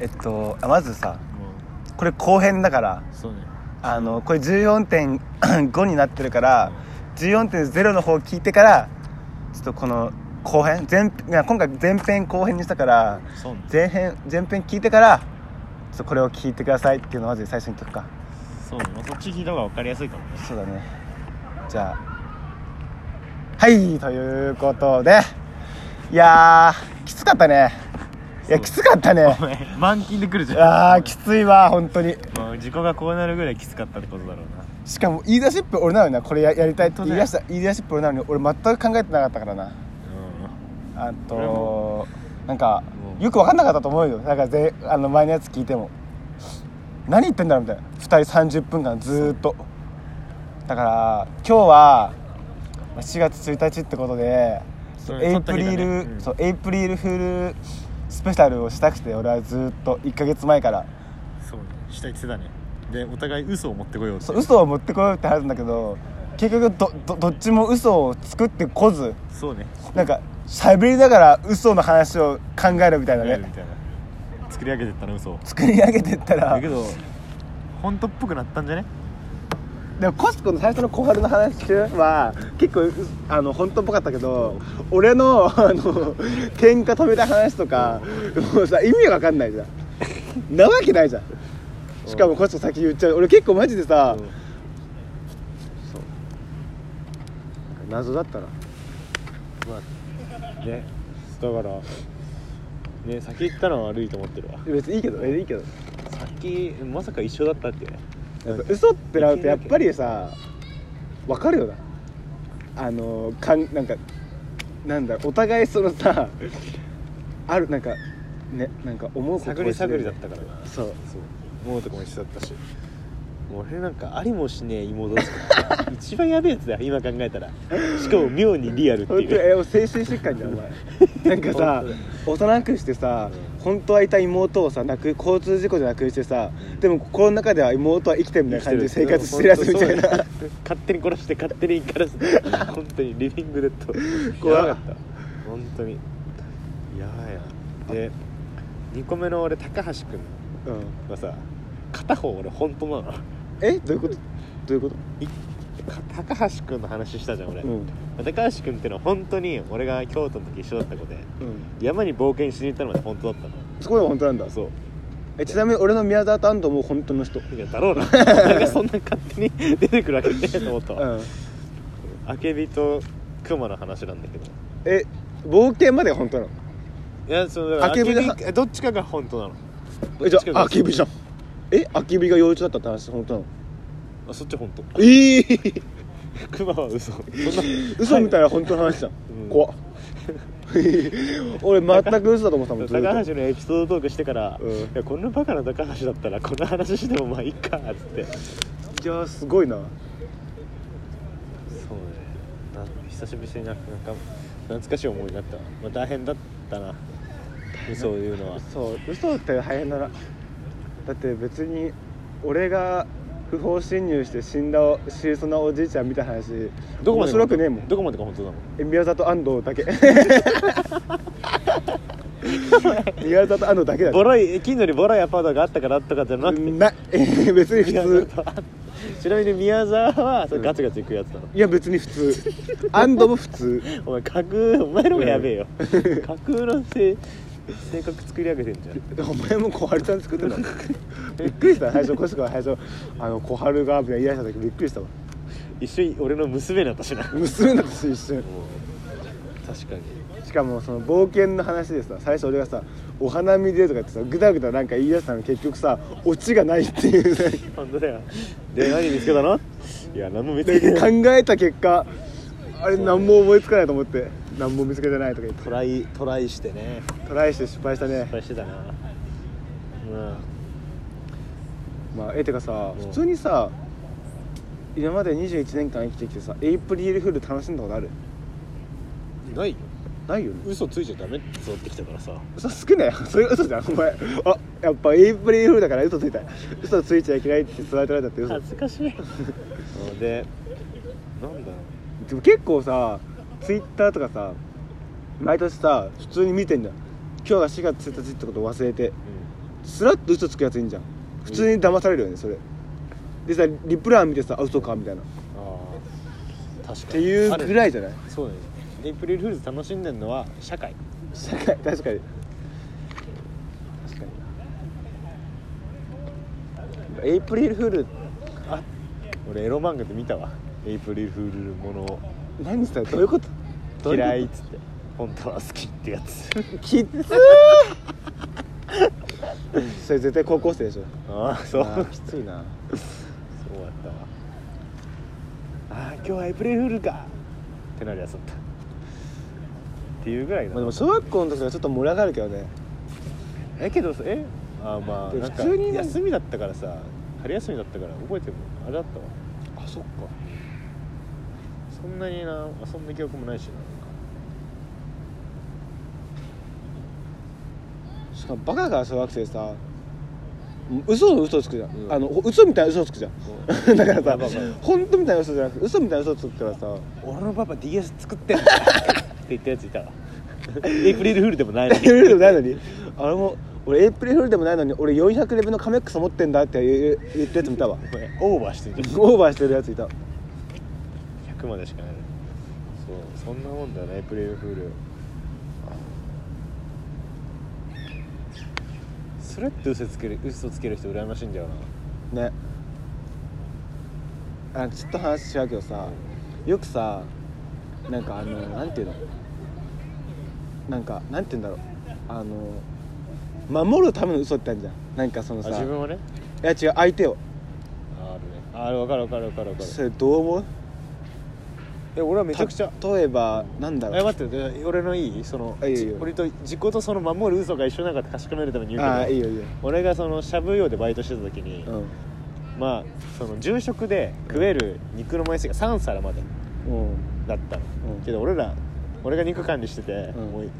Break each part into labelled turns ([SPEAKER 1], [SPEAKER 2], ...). [SPEAKER 1] えっとまずさ
[SPEAKER 2] も
[SPEAKER 1] これ後編だから
[SPEAKER 2] うそうね
[SPEAKER 1] あのこれ14.5にな ってるから14.0の方聞いてからちょっとこの後編前いや今回前編後編にしたから
[SPEAKER 2] そうね
[SPEAKER 1] 前編前編聞いてからちょっとこれを聞いてくださいっていうのをまず最初に言っとくか
[SPEAKER 2] そうね、まあ、そっち聞いた方が分かりやすいか もね
[SPEAKER 1] そうだねじゃあはいということでいやーきつかったねいやきつかったね
[SPEAKER 2] お前満勤で来るじ
[SPEAKER 1] い
[SPEAKER 2] ゃん
[SPEAKER 1] やーきついわ本当に
[SPEAKER 2] もう事故がこうなるぐらいきつかったってことだろうな
[SPEAKER 1] しかも言い出しっぺ俺なのになこれややりたいって
[SPEAKER 2] 本当
[SPEAKER 1] 言
[SPEAKER 2] だ
[SPEAKER 1] い
[SPEAKER 2] よ
[SPEAKER 1] 出した言い出しっぺ俺なのに俺全く考えてなかったからなあ
[SPEAKER 2] 俺
[SPEAKER 1] となんか
[SPEAKER 2] うん
[SPEAKER 1] よく分かんなかったと思うよなんかぜあの前のやつ聞いても何言ってんだろうみたいな2人30分間ずーっとだから今日はまあ4月1日ってことで
[SPEAKER 2] そう
[SPEAKER 1] エイプリ
[SPEAKER 2] 撮
[SPEAKER 1] ル、
[SPEAKER 2] ってきたねうん
[SPEAKER 1] そうエイプリルフールスペシャルをしたくて俺はずーっと1ヶ月前から
[SPEAKER 2] そうね下言ってたねでお互い嘘を持ってこようって
[SPEAKER 1] そう嘘を持ってこようって話なんだけど結局どどどっちも嘘を作ってこず
[SPEAKER 2] そうね
[SPEAKER 1] なんか喋りながら嘘の話を考えるみたいな
[SPEAKER 2] やるみ
[SPEAKER 1] ね
[SPEAKER 2] たいな作り上げてったの嘘を
[SPEAKER 1] 作り上げてったら
[SPEAKER 2] だけど本当っぽくなったんじゃね
[SPEAKER 1] でもコスコの最初の小春の話は結構うあの本当っぽかったけど俺のあの喧嘩止めた話とかもうさ意味わかんないじゃんなわけないじゃんしかもコスコ先言っちゃう俺結構マジでさ
[SPEAKER 2] うん
[SPEAKER 1] そう謎だったなまあね
[SPEAKER 2] だからね先行ったのは悪いと思ってるわ
[SPEAKER 1] 別にいいけどえいいけど
[SPEAKER 2] 先まさか一緒だったってね
[SPEAKER 1] やっぱ嘘ってなるとやっぱりさわかるよなあのかんなんかなんだろうお互いそのさ あるなんかねなんか思うこと
[SPEAKER 2] 探り探りだったからな
[SPEAKER 1] そう
[SPEAKER 2] そう思うとこも一緒だったしもう俺なんかありもしねえ妹だし 一番やべえやつだよ今考えたらしかも妙にリアルって
[SPEAKER 1] 本当
[SPEAKER 2] い
[SPEAKER 1] に
[SPEAKER 2] う
[SPEAKER 1] えもう精神疾患じゃんお前 なんかさ
[SPEAKER 2] 本
[SPEAKER 1] 大人くしてさ本当はいた妹をさなく交通事故でなくしてさでも心の中では妹は生きてるみたいな感じで生活してるやつみたいな
[SPEAKER 2] 本当そう勝手に殺して勝手に怒らせて本当にリビングデッド
[SPEAKER 1] 怖
[SPEAKER 2] やばかった本当にやばいなで2個目の俺高橋君
[SPEAKER 1] うん
[SPEAKER 2] はさ片方俺本当なの
[SPEAKER 1] えどういうことどういうこと
[SPEAKER 2] 高橋君の話したじゃん俺、
[SPEAKER 1] うん
[SPEAKER 2] 高橋君ってのは本当に俺が京都の時一緒だった子で
[SPEAKER 1] うん
[SPEAKER 2] 山に冒険しに行ったのまで本当だったの
[SPEAKER 1] そこでも本当なんだ
[SPEAKER 2] そう
[SPEAKER 1] えちなみに俺の宮沢と安藤も本当の人
[SPEAKER 2] いや だろうななんかそんな勝手に出てくるわけねえと思ったわ、
[SPEAKER 1] うん
[SPEAKER 2] あけびと熊の話なんだけど
[SPEAKER 1] え冒険までが本当ない
[SPEAKER 2] やそのだから
[SPEAKER 1] あけびの
[SPEAKER 2] あけびどっちかが本当なの
[SPEAKER 1] のえじ
[SPEAKER 2] どっち
[SPEAKER 1] ゃ
[SPEAKER 2] か
[SPEAKER 1] ああきびじゃんえあきびが幼虫だったって話本当なの
[SPEAKER 2] あそっち本当
[SPEAKER 1] ええー、
[SPEAKER 2] 熊は嘘そんな
[SPEAKER 1] 嘘みたいな本当の話じゃん、
[SPEAKER 2] うん
[SPEAKER 1] 怖っ 俺全く嘘だと思ってたもんずっと
[SPEAKER 2] 高橋のエピソードトークしてから、
[SPEAKER 1] うん
[SPEAKER 2] いやこんなバカな高橋だったらこの話してもまあいいかっつって
[SPEAKER 1] いやーすごいな
[SPEAKER 2] そうねなん久しぶりになんか懐かしい思いになったわ、まあ、大変だったなそういうのは
[SPEAKER 1] そう嘘って大変だなだって別に俺が不法侵入して死んだお死にそうなおじいちゃんみたいな話
[SPEAKER 2] どこ
[SPEAKER 1] 面
[SPEAKER 2] まで
[SPEAKER 1] 白くねえもん
[SPEAKER 2] どこまでが本当なの
[SPEAKER 1] え宮里安藤 だけ宮里安藤だけだ
[SPEAKER 2] ボロい近所にボロいアパートがあったからとかじゃなくて
[SPEAKER 1] ない別に普
[SPEAKER 2] 宮
[SPEAKER 1] 通
[SPEAKER 2] 沢と ちなみに宮沢はそれガツガツ行くやつなの、
[SPEAKER 1] いや別に普通安藤も普通
[SPEAKER 2] お前架空お前の方がやべえよ架空のせい性格作り上げてんじゃん
[SPEAKER 1] お前も小春さん作ってたのびっくりした最初コシコが最初あの小春がみたいな言い出した時びっくりしたわ
[SPEAKER 2] 一緒に俺の娘になったしなもう
[SPEAKER 1] 娘だと一瞬
[SPEAKER 2] 確かに
[SPEAKER 1] しかもその冒険の話でさ最初俺がさお花見でとか言ってさグダグダなんか言い出したの結局さオチがないっていうさ
[SPEAKER 2] 本当だよで何見つけたのいや何も見つけてない
[SPEAKER 1] 考えた結果あれ何も思いつかないと思って何も見つけてないとか言って
[SPEAKER 2] トライトライしてね
[SPEAKER 1] トライして失敗したね
[SPEAKER 2] 失敗してたなまあ
[SPEAKER 1] まあえてかさ
[SPEAKER 2] うん
[SPEAKER 1] 普通にさ今まで21年間生きてきてさエイプリルフール楽しんだことある
[SPEAKER 2] ないよ
[SPEAKER 1] ないよね
[SPEAKER 2] 嘘ついちゃダメって育ってきたからさ
[SPEAKER 1] 嘘つくなよ それ嘘じゃんお前あやっぱエイプリルフールだから嘘ついた嘘ついちゃいけないって伝えられたって嘘
[SPEAKER 2] 恥ずかしいでなんだろ
[SPEAKER 1] でも結構さツイッターとかさ毎年さ普通に見てんじゃん今日が4月1日ってこと忘れて
[SPEAKER 2] う、
[SPEAKER 1] スラッと嘘つくやついいんじゃん普通に騙されるよねそれでさリプラン見てさあ嘘かみたいなっ
[SPEAKER 2] あ確かにって
[SPEAKER 1] いうぐらいじゃない
[SPEAKER 2] そうだよねエイプリルフールズ楽しんでるのは社会
[SPEAKER 1] 社会 確かに確か
[SPEAKER 2] エイプリルフールあ俺エロ漫画で見たわエイプリルフールものを
[SPEAKER 1] に何したどういうことどういうこと
[SPEAKER 2] 嫌いっつって本当は好きって やつ
[SPEAKER 1] きっつーそれ絶対高校生でしょ
[SPEAKER 2] ああそう
[SPEAKER 1] あーきついな
[SPEAKER 2] そうやったわああ今日はエイプリルフールかってなるやつだったっていうぐらいだ
[SPEAKER 1] まあでも小学校の時はちょっと盛り上がるけどね
[SPEAKER 2] えけどさえあーまあ
[SPEAKER 1] でも
[SPEAKER 2] なんか
[SPEAKER 1] 普通になんか
[SPEAKER 2] 休みだったからさ春休みだったから覚えてるもんあれだったわ
[SPEAKER 1] あそっか
[SPEAKER 2] そんなにな遊んだ記憶もないしななんか
[SPEAKER 1] しかもバカが小学生さ嘘の嘘つくじゃん、
[SPEAKER 2] うん
[SPEAKER 1] あの嘘みたいな嘘つくじゃん だから
[SPEAKER 2] バ
[SPEAKER 1] さ
[SPEAKER 2] カバカ
[SPEAKER 1] 本当みたいな嘘じゃなくて嘘みたいな嘘つくからさ
[SPEAKER 2] 俺のパパ DS 作ってんだって言ったやついた わエイプリルフールでもないの
[SPEAKER 1] エイプリ
[SPEAKER 2] に
[SPEAKER 1] ルでもないのにあれも俺エイプリルフールでもないのに俺400レベルのカメックス持ってんだって言う言ったやつ見たわ
[SPEAKER 2] お前 オーバーしてるじゃん
[SPEAKER 1] オーバーしてるやついた
[SPEAKER 2] 100までしかないのにそうそんなもんだねエイプリルフールそれって嘘つける嘘つける人羨ましいんだよな
[SPEAKER 1] ねあちょっと話違うけどさよくさなんかあのなんていうのなんかなんていうんだろうあの守るための嘘ってあるじゃんなんかその
[SPEAKER 2] あ
[SPEAKER 1] さ
[SPEAKER 2] 自分はね
[SPEAKER 1] いや違う相手を
[SPEAKER 2] あるねある分かる分かる分かる分かる
[SPEAKER 1] それどう思う
[SPEAKER 2] え俺はめちゃくちゃ
[SPEAKER 1] 例えばなんだ
[SPEAKER 2] え
[SPEAKER 1] ろう
[SPEAKER 2] 待ってで俺のいいその
[SPEAKER 1] あいいよいいよ
[SPEAKER 2] 俺と自己とその守る嘘が一緒なのかって確かめるために言うけど
[SPEAKER 1] ああいいよいいよ
[SPEAKER 2] 俺がそのしゃぶ用でバイトしてた時に、
[SPEAKER 1] う
[SPEAKER 2] まあその住職で食える肉の枚数が3皿まで
[SPEAKER 1] んうん
[SPEAKER 2] だったの、
[SPEAKER 1] うん
[SPEAKER 2] けど俺ら俺が肉管理してて、
[SPEAKER 1] うん
[SPEAKER 2] もうい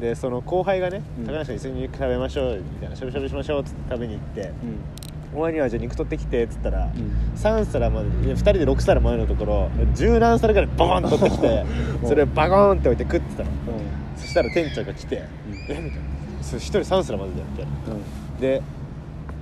[SPEAKER 2] でその後輩がね
[SPEAKER 1] うん
[SPEAKER 2] 高梨さん一緒に肉食べましょうみたいなしゃぶしゃぶしましょうっつって食べに行って
[SPEAKER 1] うん
[SPEAKER 2] お前にはじゃあ肉取ってきてっつったら、
[SPEAKER 1] ん
[SPEAKER 2] 3皿までいや2人で6皿前のところ十何皿ぐらいボーン取ってきて
[SPEAKER 1] うん
[SPEAKER 2] それをバコーンって置いて食ってた
[SPEAKER 1] う
[SPEAKER 2] の
[SPEAKER 1] ん
[SPEAKER 2] そしたら店長が来て
[SPEAKER 1] うん
[SPEAKER 2] 「えみたいな「それ1人3皿までだよ」みたいな
[SPEAKER 1] うん
[SPEAKER 2] で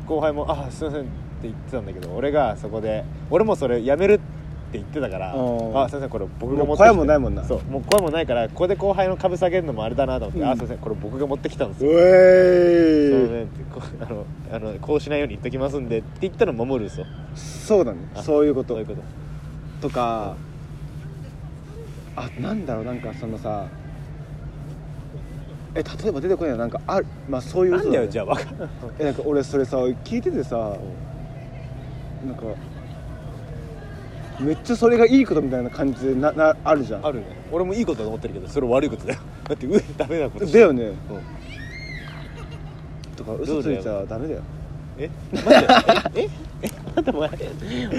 [SPEAKER 2] 後輩も「あすいません」って言ってたんだけど俺がそこで俺もそれやめるって言ってたから「
[SPEAKER 1] うん
[SPEAKER 2] あすいませんこれ僕が
[SPEAKER 1] もう
[SPEAKER 2] 持ってきて
[SPEAKER 1] 声もないもんな
[SPEAKER 2] そうもう声もないからここで後輩の株下げるのもあれだなと思って
[SPEAKER 1] う
[SPEAKER 2] 「
[SPEAKER 1] ん
[SPEAKER 2] あすいませんこれ僕が持ってきたんで
[SPEAKER 1] う
[SPEAKER 2] すよ」
[SPEAKER 1] え
[SPEAKER 2] そう
[SPEAKER 1] ー
[SPEAKER 2] ねってこうあのあのこうしないように言っときますんでって言ったの守るんですよ
[SPEAKER 1] そうだね
[SPEAKER 2] あ
[SPEAKER 1] そういうこ
[SPEAKER 2] そう
[SPEAKER 1] と
[SPEAKER 2] いうこと
[SPEAKER 1] とかあなんだろうなんかそのさえ例えば出てこないのなんかあるまあそういう
[SPEAKER 2] なんだよ
[SPEAKER 1] ね
[SPEAKER 2] じゃあ分かんない
[SPEAKER 1] えなんか俺それさ聞いててさなんかめっちゃそれがいいことみたいな感じでななあるじゃん
[SPEAKER 2] あるね俺もいいことだと思ってるけどそれ悪いことだよだ って上ダメなこと
[SPEAKER 1] だよね
[SPEAKER 2] うん
[SPEAKER 1] とか嘘ついちゃダメだよ
[SPEAKER 2] え待ってえええ待ってお前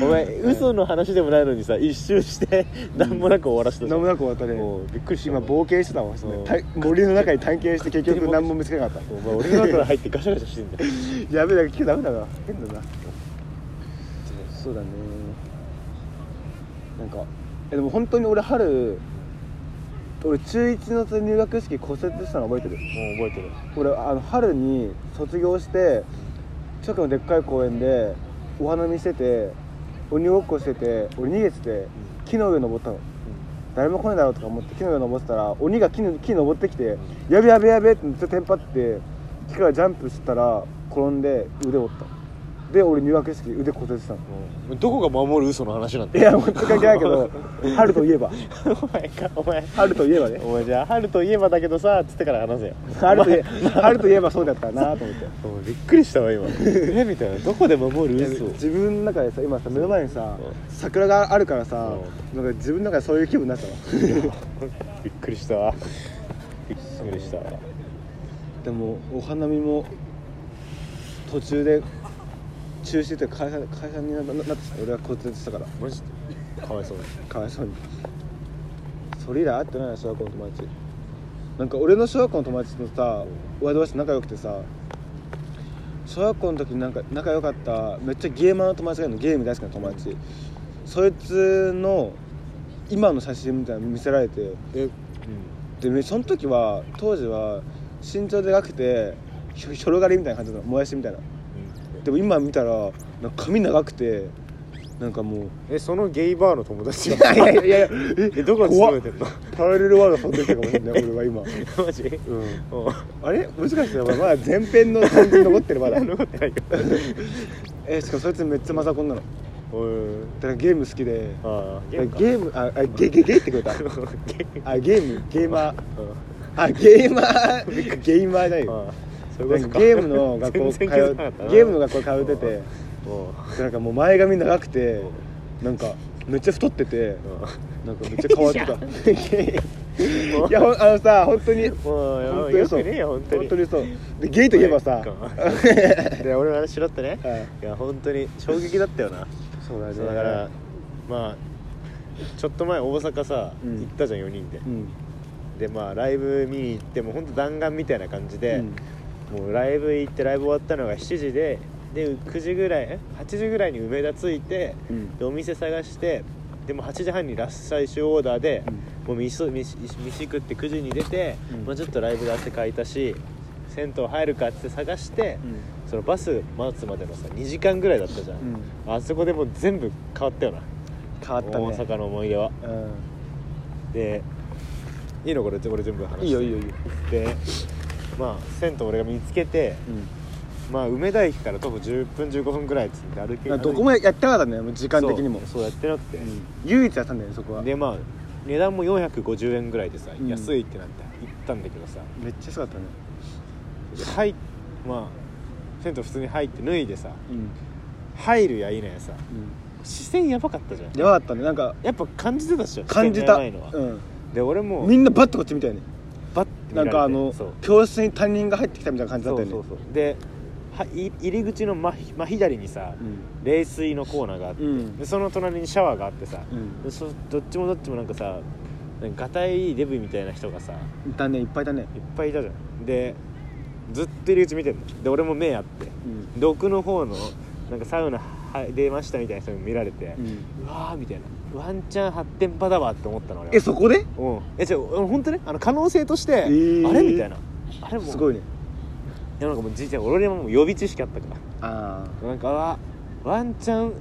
[SPEAKER 2] お前嘘の話でもないのにさ一周して何もなく終わらせたじゃ
[SPEAKER 1] 何
[SPEAKER 2] ん
[SPEAKER 1] もなく渡れ
[SPEAKER 2] もうびっくりした
[SPEAKER 1] 今冒険してたわそ
[SPEAKER 2] うん
[SPEAKER 1] のた森の中に探検して結
[SPEAKER 2] 勝手
[SPEAKER 1] 局
[SPEAKER 2] に
[SPEAKER 1] 何も見つけなかった
[SPEAKER 2] お前俺の中から入ってガシャガシャしてんだよ
[SPEAKER 1] やべえだけ聞くダメだな変だなそうだねなんかえでも本当に俺春俺中1の入学式骨折したの覚えてる
[SPEAKER 2] もう覚えてる
[SPEAKER 1] 俺あの春に卒業して近くのでっかい公園でお花見してて鬼ごっこしてて俺逃げてて木の上登ったの誰も来ないだろうとか思って木の上登ってたら鬼が木の木に登ってきて「やべやべやべ」ってめっちゃテンパって木からジャンプしたら転んで腕折ったで俺入学式腕骨折したの
[SPEAKER 2] うんどこが守る嘘の話なん
[SPEAKER 1] い
[SPEAKER 2] だ
[SPEAKER 1] や
[SPEAKER 2] よ
[SPEAKER 1] 全く関係ないけど春といえば
[SPEAKER 2] お前かお前
[SPEAKER 1] 春といえばね
[SPEAKER 2] お前じゃあ春といえばだけどさっつってから話せよ
[SPEAKER 1] 春といえ春といえばそうだったなと思って
[SPEAKER 2] お前びっくりしたわ今えみたいなどこで守る嘘
[SPEAKER 1] 自分の中でさ今さ目の前にさ
[SPEAKER 2] うん
[SPEAKER 1] 桜があるからさなんか自分の中でそういう気分になったわ
[SPEAKER 2] びっくりしたわびっくりしたわ
[SPEAKER 1] でもお花見も途中で中止というか解散解散になななってさ俺は骨折したから
[SPEAKER 2] マジでかわいそうだ
[SPEAKER 1] かわいそうにそれ以来会ってないな小学校の友達なんか俺の小学校の友達とさ親同士仲良くてさ小学校の時になんか仲良かっためっちゃゲーマーの友達がいるのゲーム大好きな友達そいつの今の写真みたいなの見せられて
[SPEAKER 2] えうん
[SPEAKER 1] でその時は当時は身長でかくてひょひょろがりみたいな感じのもやしみたいなでも今見たらなんか髪長くてなんかもう
[SPEAKER 2] えそのゲイバーの友達
[SPEAKER 1] いやいやいや
[SPEAKER 2] えどこに勤めてんの
[SPEAKER 1] パラレルワールド飛んでたかもしれない俺は今
[SPEAKER 3] マジ
[SPEAKER 2] うん
[SPEAKER 1] あれもしかしてお前まだ前編の感じ残ってるまだ
[SPEAKER 2] 残ってないよ
[SPEAKER 1] えしかもそいつめっちゃマザコンなのだ
[SPEAKER 2] おい
[SPEAKER 1] からゲーム好きで
[SPEAKER 2] ああ
[SPEAKER 1] ゲームああゲゲゲってくれた あゲームゲーマーあゲーマーゲーマーだよ
[SPEAKER 2] ああそ
[SPEAKER 1] な
[SPEAKER 2] うんいう
[SPEAKER 1] か
[SPEAKER 2] ことか
[SPEAKER 1] ゲームの学校通う
[SPEAKER 2] 全然気づかなかったな
[SPEAKER 1] ゲームの学校通ってて
[SPEAKER 2] おう
[SPEAKER 1] でなんかもう前髪長くてなんかめっちゃ太っててなんかめっちゃ変わってた いやほんあのさ本当に
[SPEAKER 2] もうやば
[SPEAKER 1] 本
[SPEAKER 2] い
[SPEAKER 1] 当に
[SPEAKER 2] よ
[SPEAKER 1] そ
[SPEAKER 2] く
[SPEAKER 1] う
[SPEAKER 2] ねえよ本当に
[SPEAKER 1] 本当にそうでゲイといえばさ
[SPEAKER 2] で俺の話しろってね
[SPEAKER 1] はい
[SPEAKER 2] いや本当に衝撃だったよな
[SPEAKER 1] そうだ
[SPEAKER 2] そうだからまあちょっと前大阪さ
[SPEAKER 1] うん
[SPEAKER 2] 行ったじゃん4人で
[SPEAKER 1] うん
[SPEAKER 2] でまあライブ見に行ってもう本当弾丸みたいな感じ
[SPEAKER 1] う
[SPEAKER 2] で
[SPEAKER 1] ん
[SPEAKER 2] もうライブ行ってライブ終わったのが7時でで9時ぐらいえ8時ぐらいに梅田着いて
[SPEAKER 1] うん
[SPEAKER 2] でお店探してでも8時半にラッシャー酒オーダーでもう飯を飯飯飯食って9時に出て、
[SPEAKER 1] うん
[SPEAKER 2] まあ、ちょっとライブで汗かいたし銭湯入るかって探して、
[SPEAKER 1] うん
[SPEAKER 2] そのバス待つまでのさ2時間ぐらいだったじゃん、あそこでもう全部変わったよな
[SPEAKER 1] 変わった
[SPEAKER 2] 大
[SPEAKER 1] ね
[SPEAKER 2] 阪の思い出は
[SPEAKER 1] う
[SPEAKER 2] でいいのこれ俺全部話し
[SPEAKER 1] ん
[SPEAKER 2] て
[SPEAKER 1] いいよいいよいいよ
[SPEAKER 2] でまあ銭湯俺が見つけて、まあ、梅田駅から徒歩10分15分ぐらいっつって歩き
[SPEAKER 1] うんどこもやってなかったんだよもう時間的にも
[SPEAKER 2] そうそうやってなくて、
[SPEAKER 1] うん唯一やったんだよねそこはめっ
[SPEAKER 2] でまあ値段も450円ぐらいでさ、
[SPEAKER 1] うん
[SPEAKER 2] 安いってなって行ったんだけどさ
[SPEAKER 1] ちゃ安かったね
[SPEAKER 2] 入っまあ銭湯普通に入って脱いでさ
[SPEAKER 1] うん
[SPEAKER 2] 入るやいなやさ
[SPEAKER 1] う
[SPEAKER 2] 視線やばかったじゃん
[SPEAKER 1] んやばかったねなんか
[SPEAKER 2] やっぱ感じてたっしょ
[SPEAKER 1] 感じた
[SPEAKER 2] 視線のやばいのは、
[SPEAKER 1] うん
[SPEAKER 2] で俺も
[SPEAKER 1] みんなバッとこっちみたいね
[SPEAKER 2] バッて見
[SPEAKER 1] な
[SPEAKER 2] られ
[SPEAKER 1] ん
[SPEAKER 2] て
[SPEAKER 1] かあの
[SPEAKER 2] そう
[SPEAKER 1] 教室に担任が入ってきたみたいな感じだ
[SPEAKER 2] そ
[SPEAKER 1] っ
[SPEAKER 2] う
[SPEAKER 1] た
[SPEAKER 2] そ
[SPEAKER 1] よ
[SPEAKER 2] う
[SPEAKER 1] ね
[SPEAKER 2] そうではい入り口の真真左にさ、冷水のコーナーがあって、
[SPEAKER 1] うん
[SPEAKER 2] でその隣にシャワーがあってさ、
[SPEAKER 1] うん
[SPEAKER 2] でそどっちもどっちもなんかさなんかガタイいいデブみたいな人がさ
[SPEAKER 1] うんいたねいっぱいいたね
[SPEAKER 2] いっぱいいたじゃんでずっと入り口見てんので俺も目あって
[SPEAKER 1] うん
[SPEAKER 2] で奥の方のなんかサウナ入出ましたみたいな人に見られて
[SPEAKER 1] う、ん
[SPEAKER 2] うわーみたいなワンチャン発展場だわって思ったの俺は
[SPEAKER 1] えそこで
[SPEAKER 2] うんえじゃあ本当ねあの可能性として、
[SPEAKER 1] ー
[SPEAKER 2] あれみたいなあれも
[SPEAKER 1] すご
[SPEAKER 2] い
[SPEAKER 1] いね
[SPEAKER 2] やなんかもうじいちゃん俺ももう予備知識あったから
[SPEAKER 1] ああ
[SPEAKER 2] なんかあワンチャン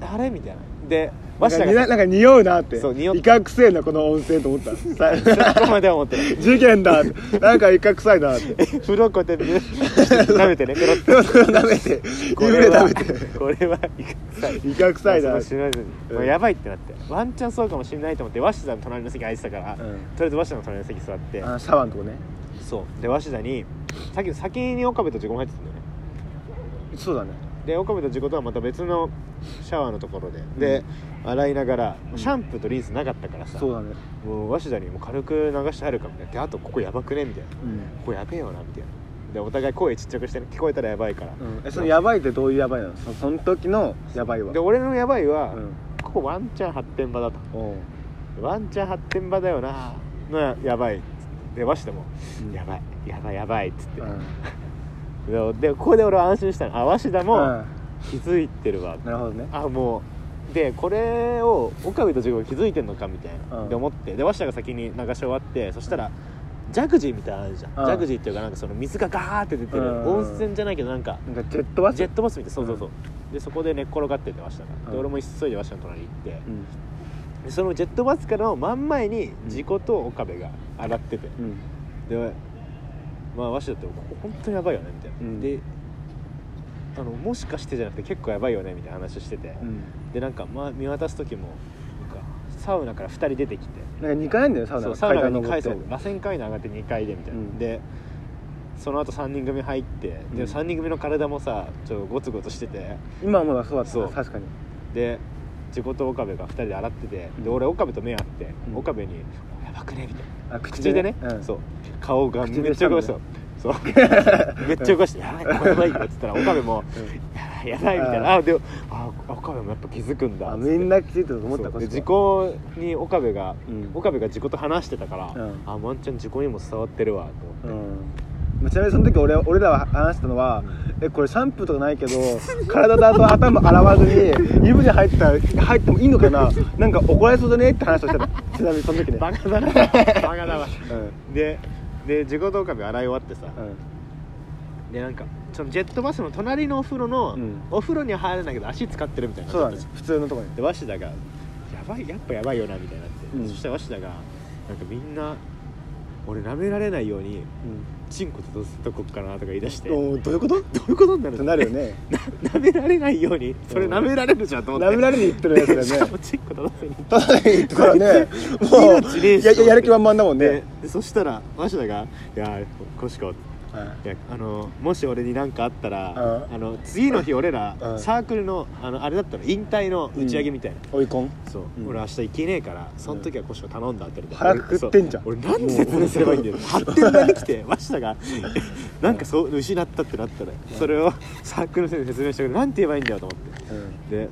[SPEAKER 2] あれみたいなで
[SPEAKER 1] な
[SPEAKER 2] わ
[SPEAKER 1] ん
[SPEAKER 2] し
[SPEAKER 1] か
[SPEAKER 2] た
[SPEAKER 1] にな
[SPEAKER 2] が
[SPEAKER 1] なんか匂うなって
[SPEAKER 2] そう匂っ
[SPEAKER 1] イカ臭いなこの温泉と思ったさ
[SPEAKER 2] そこまでは思ってない
[SPEAKER 1] 事件だってなんかイカ臭いなって
[SPEAKER 2] 風呂こうやってね舐めてねペロッと
[SPEAKER 1] 舐めて
[SPEAKER 2] こ
[SPEAKER 1] 夢
[SPEAKER 2] れ
[SPEAKER 1] 舐
[SPEAKER 2] は
[SPEAKER 1] めて
[SPEAKER 2] これはいかさい
[SPEAKER 1] イカ臭い
[SPEAKER 2] ま
[SPEAKER 1] な
[SPEAKER 2] あその知らずに
[SPEAKER 1] うん
[SPEAKER 2] もうやばいってなってワンチャンそうかもしれないと思って鷲田の隣の席空いてたから、
[SPEAKER 1] うん
[SPEAKER 2] とりあえず鷲田の隣の席座って
[SPEAKER 1] あシャワーのとこね
[SPEAKER 2] そうで鷲田に先先に岡部と自己入ってたんだよね
[SPEAKER 1] そうだね
[SPEAKER 2] で岡部と自己とはまた別のシャワーのところで、で洗いながら
[SPEAKER 1] うん
[SPEAKER 2] シャンプーとリンスなかったからさ、
[SPEAKER 1] そうだね
[SPEAKER 2] もう鷲田にもう軽く流して入るかみたいなであとここやばくねみたいな
[SPEAKER 1] うん
[SPEAKER 2] ここやべえよなみたいなでお互い声ちっちゃくしてね聞こえたらやばいから、
[SPEAKER 1] うんえそのヤバいってどういうヤバいなのそその時のヤバいは
[SPEAKER 2] で俺のやばいは、
[SPEAKER 1] うん
[SPEAKER 2] ここワンチャン発展場だと
[SPEAKER 1] おう
[SPEAKER 2] ワンチャン発展場だよなのややばいっつってで鷲田も、
[SPEAKER 1] うん
[SPEAKER 2] やばいやばいやばいっつって、
[SPEAKER 1] うん
[SPEAKER 2] ででここで俺は安心したのあ鷲田
[SPEAKER 1] う
[SPEAKER 2] も
[SPEAKER 1] ん
[SPEAKER 2] 気づいてるわ、
[SPEAKER 1] なるほどね
[SPEAKER 2] あもうでこれを岡部と自分が気づいてんのかみたいな、
[SPEAKER 1] うん
[SPEAKER 2] で思ってで鷲田が先に流し終わってそしたら、ジャグジーみたいなのあるじゃん、
[SPEAKER 1] うん
[SPEAKER 2] ジャグジーっていうかなんかその水がガーって出てる、
[SPEAKER 1] うん
[SPEAKER 2] 温泉じゃないけどなんか
[SPEAKER 1] なんかジェットバス
[SPEAKER 2] ジェットバスみたいなそうそうそう、でそこで寝っ転がっててましたから、
[SPEAKER 1] う
[SPEAKER 2] で
[SPEAKER 1] ん
[SPEAKER 2] 俺も急いでわしの隣に行って
[SPEAKER 1] うん
[SPEAKER 2] でそのジェットバスからの真ん前に事故と岡部が洗ってて、
[SPEAKER 1] うん
[SPEAKER 2] でまあわしだってここ本当にやばいよねみたいな、
[SPEAKER 1] うん
[SPEAKER 2] であのもしかしてじゃなくて結構やばいよねみたいな話してて、
[SPEAKER 1] うん
[SPEAKER 2] でなんか、まあ、見渡す時もなんかサウナから2人出てきて
[SPEAKER 1] なんか2階なんだよサウナ
[SPEAKER 2] そう
[SPEAKER 1] が
[SPEAKER 2] サウナが
[SPEAKER 1] 階段
[SPEAKER 2] 2
[SPEAKER 1] 登っ
[SPEAKER 2] 階
[SPEAKER 1] て
[SPEAKER 2] そう螺旋階段上がって2階でみたいな、
[SPEAKER 1] うん
[SPEAKER 2] でその後3人組入って
[SPEAKER 1] う
[SPEAKER 2] で
[SPEAKER 1] ん
[SPEAKER 2] 3人組の体もさちょっとゴツゴツしてて
[SPEAKER 1] 今はまだそうだった
[SPEAKER 2] そう
[SPEAKER 1] な確かに
[SPEAKER 2] で自己と岡部が2人で洗っててで俺岡部と目合って、
[SPEAKER 1] うん
[SPEAKER 2] 岡部に「やばくね」みたいな
[SPEAKER 1] あ
[SPEAKER 2] 口でね、
[SPEAKER 1] うん
[SPEAKER 2] そう顔が
[SPEAKER 1] 口で
[SPEAKER 2] めっちゃ動かして
[SPEAKER 1] したん
[SPEAKER 2] そう めっちゃ動かして「やばいこれやばい」って言ったら岡部も「やばいやばい」みたいな「あでもあ岡部もやっぱ気づくんだ」
[SPEAKER 1] あ
[SPEAKER 2] つって
[SPEAKER 1] みんな気づいてると思った
[SPEAKER 2] そう
[SPEAKER 1] こ
[SPEAKER 2] で
[SPEAKER 1] っち
[SPEAKER 2] 事
[SPEAKER 1] は
[SPEAKER 2] 故に岡部が、
[SPEAKER 1] うん
[SPEAKER 2] 岡部が事故と話してたから、
[SPEAKER 1] うん
[SPEAKER 2] あワンちゃん事故にも伝わってるわと思って
[SPEAKER 1] うんちなみにその時俺俺らは話したのはえこれシャンプーとかないけど体だと頭洗わずに湯船入った入ってもいいのかななんか怒られそうだねって話をしてたちなみにその時ね
[SPEAKER 2] バカだな バカだわ
[SPEAKER 1] うん
[SPEAKER 2] でで事故と岡部洗い終わってさ、
[SPEAKER 1] うん
[SPEAKER 2] でなんかそのジェットバスの隣のお風呂の、
[SPEAKER 1] うん
[SPEAKER 2] お風呂には入るんだけど足使ってるみたいな
[SPEAKER 1] そうだね
[SPEAKER 2] 人たち
[SPEAKER 1] 普通のとこに
[SPEAKER 2] で鷲田がやばいやっぱやばいよなみたいになって、
[SPEAKER 1] うん
[SPEAKER 2] そしたら鷲田がなんかみんな俺舐められないようにチンコとどうするとこっかなとか言い出してどう
[SPEAKER 1] おーどういうこと
[SPEAKER 2] いうことになる
[SPEAKER 1] と
[SPEAKER 2] の
[SPEAKER 1] なるよね
[SPEAKER 2] 舐められないようにそれ舐められるじゃんと思っ
[SPEAKER 1] 舐
[SPEAKER 2] て
[SPEAKER 1] められに行ってるやつ
[SPEAKER 2] し
[SPEAKER 1] だよ
[SPEAKER 2] か
[SPEAKER 1] ね
[SPEAKER 2] もチンコとどうする
[SPEAKER 1] ただに行ったから ねも
[SPEAKER 2] 命ねえ
[SPEAKER 1] う
[SPEAKER 2] し
[SPEAKER 1] やややる気満々だもん
[SPEAKER 2] で
[SPEAKER 1] ね
[SPEAKER 2] そしたら鷲田が「いやコシコいやあのもし俺に何かあったら
[SPEAKER 1] うん
[SPEAKER 2] あの次の日俺ら
[SPEAKER 1] うん
[SPEAKER 2] サークルのあのあれだったの引退の打ち上げみたいな、
[SPEAKER 1] 追い込ん
[SPEAKER 2] そう、
[SPEAKER 1] うん
[SPEAKER 2] 俺明日行けねえからその時はコシコ頼んだって言われて
[SPEAKER 1] 腹くくってんじゃん
[SPEAKER 2] 俺そう俺何て説明すればいいんだよ発展場に来て鷲田がなんかそう失ったってなったらそれをサークルの先生に説明してくれなんて言えばいいんだよと思っ
[SPEAKER 1] う
[SPEAKER 2] て
[SPEAKER 1] ん
[SPEAKER 2] で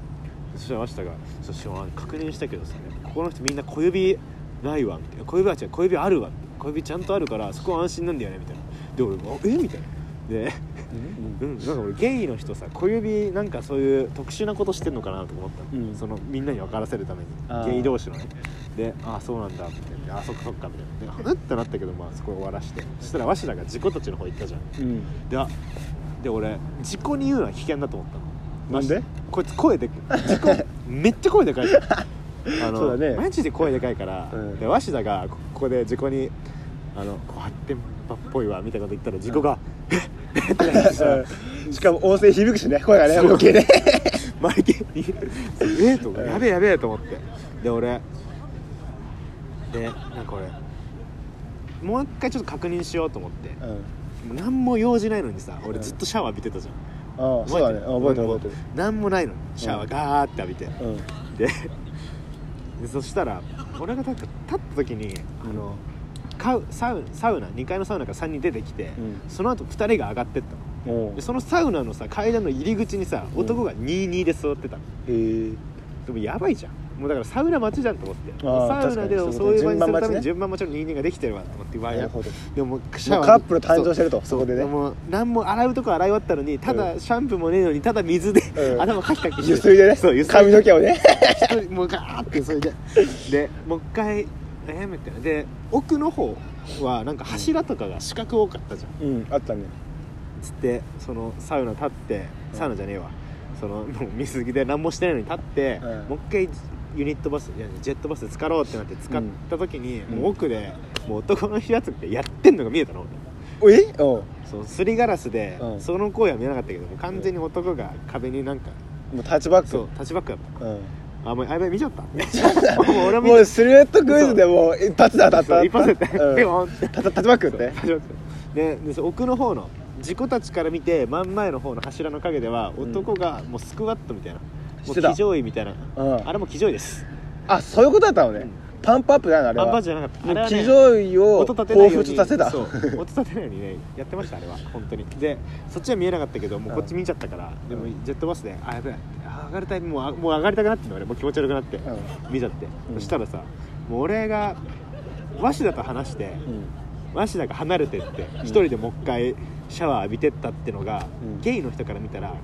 [SPEAKER 2] そしたら鷲田が「そして確認したけどさここの人みんな小指ないわ」みたいな「小指は違う小指あるわ」小指ちゃんとあるからそこは安心なんだよね」みたいなで俺も「えみたいなで うんなんか俺ゲイの人さ小指なんかそういう特殊なことしてんのかなと思ったの、
[SPEAKER 1] うん
[SPEAKER 2] そのみんなに分からせるため
[SPEAKER 1] あ
[SPEAKER 2] に
[SPEAKER 1] ー
[SPEAKER 2] ゲイ同士のねで「ああそうなんだ」みたいな「あそっかそっか」みたいなでうんってなったけどまあそこ終わらしてそしたら鷲田が自己たちの方行ったじゃん
[SPEAKER 1] うん
[SPEAKER 2] であで俺自己に言うのは危険だと思ったの
[SPEAKER 1] なんで
[SPEAKER 2] こいつ声で 自己めっちゃ声でかいじゃんあの
[SPEAKER 1] そうだね
[SPEAKER 2] マジで声でかいから、
[SPEAKER 1] うん
[SPEAKER 2] で鷲田がこここで自己に「あのこう発展場っぽいわ」みたいなこと言ったら自己が「えっ?」ってなってさ
[SPEAKER 1] うんしかも音声響くしね声がね
[SPEAKER 2] そう
[SPEAKER 1] 大きい ね
[SPEAKER 2] 周りに「えっ?」とか「やべえやべえ」と思ってで俺でなんか俺もう一回ちょっと確認しようと思って
[SPEAKER 1] う、ん
[SPEAKER 2] もう何も用事ないのにさ俺
[SPEAKER 1] うん
[SPEAKER 2] ずっとシャワー浴びてたじゃん
[SPEAKER 1] ああそうだね覚えてる
[SPEAKER 2] もう
[SPEAKER 1] 覚えて
[SPEAKER 2] 何もないのにシャワーガーって浴びて、
[SPEAKER 1] るうん
[SPEAKER 2] ででそしたら俺がなんか立った時にあのカウサウサウナ2階のサウナから3人出てきて、
[SPEAKER 1] うん
[SPEAKER 2] その後2人が上がってったの
[SPEAKER 1] も
[SPEAKER 2] でそのサウナのさ階段の入り口にさ
[SPEAKER 1] うん
[SPEAKER 2] 男が22で座ってたの、
[SPEAKER 1] うへえ
[SPEAKER 2] でもやばいじゃんもうだからサウナ待ちじゃんと思って
[SPEAKER 1] あー
[SPEAKER 2] サウナで
[SPEAKER 1] 確かに
[SPEAKER 2] そういう場にするために
[SPEAKER 1] 順
[SPEAKER 2] 順番待ちの22ができてるわと思ってうわ
[SPEAKER 1] な
[SPEAKER 2] や
[SPEAKER 1] る
[SPEAKER 2] ば
[SPEAKER 1] ほど
[SPEAKER 2] でももうシャ
[SPEAKER 1] もう
[SPEAKER 2] ワー
[SPEAKER 1] カップル誕生してると
[SPEAKER 2] そ
[SPEAKER 1] そうこで
[SPEAKER 2] で
[SPEAKER 1] ね
[SPEAKER 2] もう何も洗うとこ洗い終わったのにた
[SPEAKER 1] う
[SPEAKER 2] だシャンプーもねえのにただ水で、
[SPEAKER 1] うん
[SPEAKER 2] 頭カキカキして
[SPEAKER 1] ゆすいでね
[SPEAKER 2] そうゆすいで
[SPEAKER 1] 髪の毛をね
[SPEAKER 2] 一 人もうガーってそれででもう一回えーみたいなで奥の方はなんか柱とかが四角多かったじゃん
[SPEAKER 1] うんあったね
[SPEAKER 2] つってそのサウナ立ってサウナじゃねえわそのもう水着で何もしてないのに立って、
[SPEAKER 1] うん
[SPEAKER 2] もう一回ユニットバスいやジェットバスで浸かろうってなって浸かった時に、
[SPEAKER 1] うん
[SPEAKER 2] もう奥でもう男のやつってやってんのが見えたの俺
[SPEAKER 1] おえおう
[SPEAKER 2] そのすりガラスで、
[SPEAKER 1] うん
[SPEAKER 2] その声は見えなかったけどもう完全に男が壁になんか、
[SPEAKER 1] もうタッチバック
[SPEAKER 2] そうタッチバックだった
[SPEAKER 1] うん
[SPEAKER 2] あもうあやべえ見ちゃった もう俺も見
[SPEAKER 1] もうシルエットクイズでもう一発だ当たっ
[SPEAKER 2] そう
[SPEAKER 1] た
[SPEAKER 2] 一発で ピ
[SPEAKER 1] うん
[SPEAKER 2] ョンって
[SPEAKER 1] たた立ちバックって
[SPEAKER 2] 立ちまくってででそう奥の方の自己たちから見て真ん前の方の柱の陰では
[SPEAKER 1] うん
[SPEAKER 2] 男がもうスクワットみたいな、も
[SPEAKER 1] し
[SPEAKER 2] う
[SPEAKER 1] てた
[SPEAKER 2] 騎乗位みたいな、
[SPEAKER 1] うん
[SPEAKER 2] あれも騎乗位です
[SPEAKER 1] あそういうことだったのねパンプアップだよねあれ
[SPEAKER 2] パン
[SPEAKER 1] は
[SPEAKER 2] パンじゃなかったあれ
[SPEAKER 1] もう
[SPEAKER 2] は、
[SPEAKER 1] 騎
[SPEAKER 2] ね、
[SPEAKER 1] 乗位を
[SPEAKER 2] 音立てないよう
[SPEAKER 1] 彷彿
[SPEAKER 2] に
[SPEAKER 1] させた
[SPEAKER 2] そう音立てないようにねやってましたあれは本当にでそっちは見えなかったけどもうこっち見ちゃったから、でもジェットバスであやべえあ上がりたいもうあもう上がりたくなってんの俺もう気持ち悪くなって、
[SPEAKER 1] うん
[SPEAKER 2] 見ちゃって、
[SPEAKER 1] うん
[SPEAKER 2] そしたらさもう俺が鷲田と話して、
[SPEAKER 1] うん
[SPEAKER 2] 鷲田が離れてって一人でもう一回シャワー浴びてったってのが、
[SPEAKER 1] うん
[SPEAKER 2] ゲイの人から見たらあの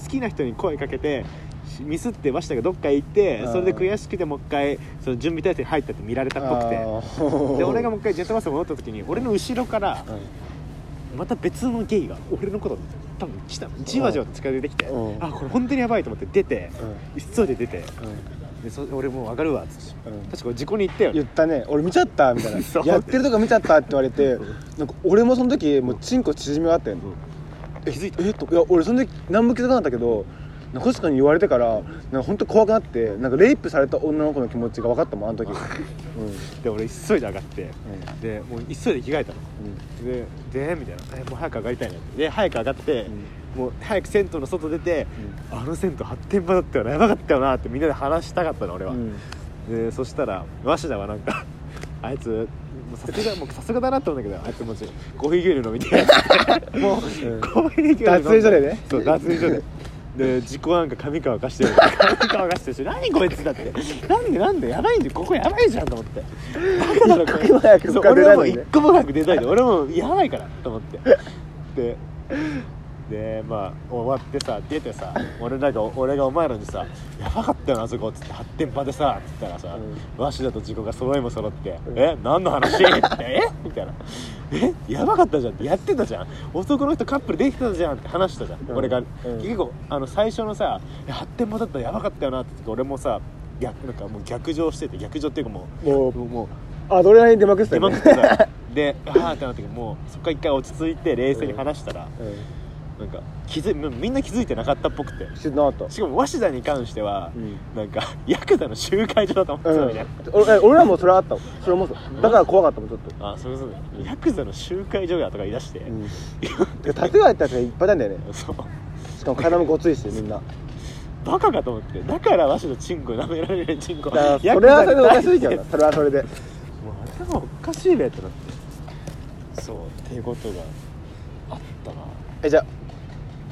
[SPEAKER 2] 好きな人に声かけてしミスって鷲田がどっか行って
[SPEAKER 1] あー
[SPEAKER 2] それで悔しくてもう一回その準備体制に入ったって見られたっぽくて
[SPEAKER 1] あー
[SPEAKER 2] で俺がもう一回ジェットバス戻った時に俺の後ろからまた別のゲイが俺のこと多分来たのじわじわと近づいてきて
[SPEAKER 1] うん
[SPEAKER 2] あこれ本当にやばいと思って出て
[SPEAKER 1] うん
[SPEAKER 2] 急いで出て
[SPEAKER 1] う
[SPEAKER 2] でそ俺もう上がるわっつって
[SPEAKER 1] んうん
[SPEAKER 2] 確か事故に行ったよ
[SPEAKER 1] 言
[SPEAKER 2] ね
[SPEAKER 1] ったね俺見ちゃったみたい
[SPEAKER 2] そう
[SPEAKER 1] なやってるとこ見ちゃったって言われてなんか俺もその時もうチンコ縮みがあって
[SPEAKER 2] 気づいた
[SPEAKER 1] えっといや俺その時何も気づかなかったけどなんか星かに言われてからなんか本当怖くなってなんかレイプされた女の子の気持ちが分かったもんあの時うん
[SPEAKER 2] で俺急いで上がってでもう急いで着替えたのででみたいなえもう早く上がりたいなってで早く上がって、もう早く銭湯の外出て、あの銭湯発展場だったよなやばかったよなってみんなで話したかったの俺は、
[SPEAKER 1] うんうん
[SPEAKER 2] でそしたら鷲田はなんか あいつもうさすがもうさすがだなと思うんだけどあいつもちコーヒー牛乳飲みたいな もう、
[SPEAKER 1] ん
[SPEAKER 2] コーヒー牛乳飲んで
[SPEAKER 1] 脱衣所でね
[SPEAKER 2] そう脱衣所でで自己なんか髪乾かしてる髪乾かしてるし何こいつだってなんでなんでやばいんでここやばいじゃんと思 ってバカだろこれ
[SPEAKER 1] 一刻も早く
[SPEAKER 2] そう
[SPEAKER 1] 浮かべ
[SPEAKER 2] 俺
[SPEAKER 1] ら
[SPEAKER 2] は
[SPEAKER 1] れな
[SPEAKER 2] もう
[SPEAKER 1] い
[SPEAKER 2] 一
[SPEAKER 1] ね
[SPEAKER 2] 個も早く出たいで俺もうやばいからと思ってででまあ終わってさ出てさ俺らが俺がお前らにさ「やばかったよなあそこ」っつって発展場でさっつったらさ、鷲田と自己が揃いも揃って「え何の話?」って「えみたいな「えやばかったじゃん」ってやってたじゃん男の人カップルできてたじゃんって話したじゃん、
[SPEAKER 1] うん
[SPEAKER 2] 俺が、
[SPEAKER 1] うん
[SPEAKER 2] 結構あの最初のさ「いや発展場だったらやばかったよな」って言って俺もさ逆なんかもう逆上してて逆上っていうかも
[SPEAKER 1] も
[SPEAKER 2] うもうもう
[SPEAKER 1] うアドレナリン出まくってた
[SPEAKER 2] 出
[SPEAKER 1] よね
[SPEAKER 2] まくってたでああってなってもうそこから一回落ち着いて冷静に話したら、
[SPEAKER 1] う
[SPEAKER 2] なんか気づいもうみんな気づいてなかったっぽくて
[SPEAKER 1] んしてなかった
[SPEAKER 2] しかも鷲田に関しては、
[SPEAKER 1] うん
[SPEAKER 2] なんかヤクザの集会所だと思って
[SPEAKER 1] う
[SPEAKER 2] た
[SPEAKER 1] ん
[SPEAKER 2] みたいな、
[SPEAKER 1] 俺え俺らもそれあったもんそれもそうだから怖かったもんちょっと
[SPEAKER 2] あそうそうヤクザの集会所やとか言い出して、
[SPEAKER 1] うんでタトゥー入ったやつがいっぱいいたんだよね
[SPEAKER 2] そう
[SPEAKER 1] しかも体もごついしみんな
[SPEAKER 2] バカかと思ってだから鷲田チンコ舐められるチンコ
[SPEAKER 1] だからそれはそれでおかしいけど
[SPEAKER 2] も
[SPEAKER 1] なそれはそれで
[SPEAKER 2] うあれはおかしいべってなってそうっていうことがあったな
[SPEAKER 1] えじゃあ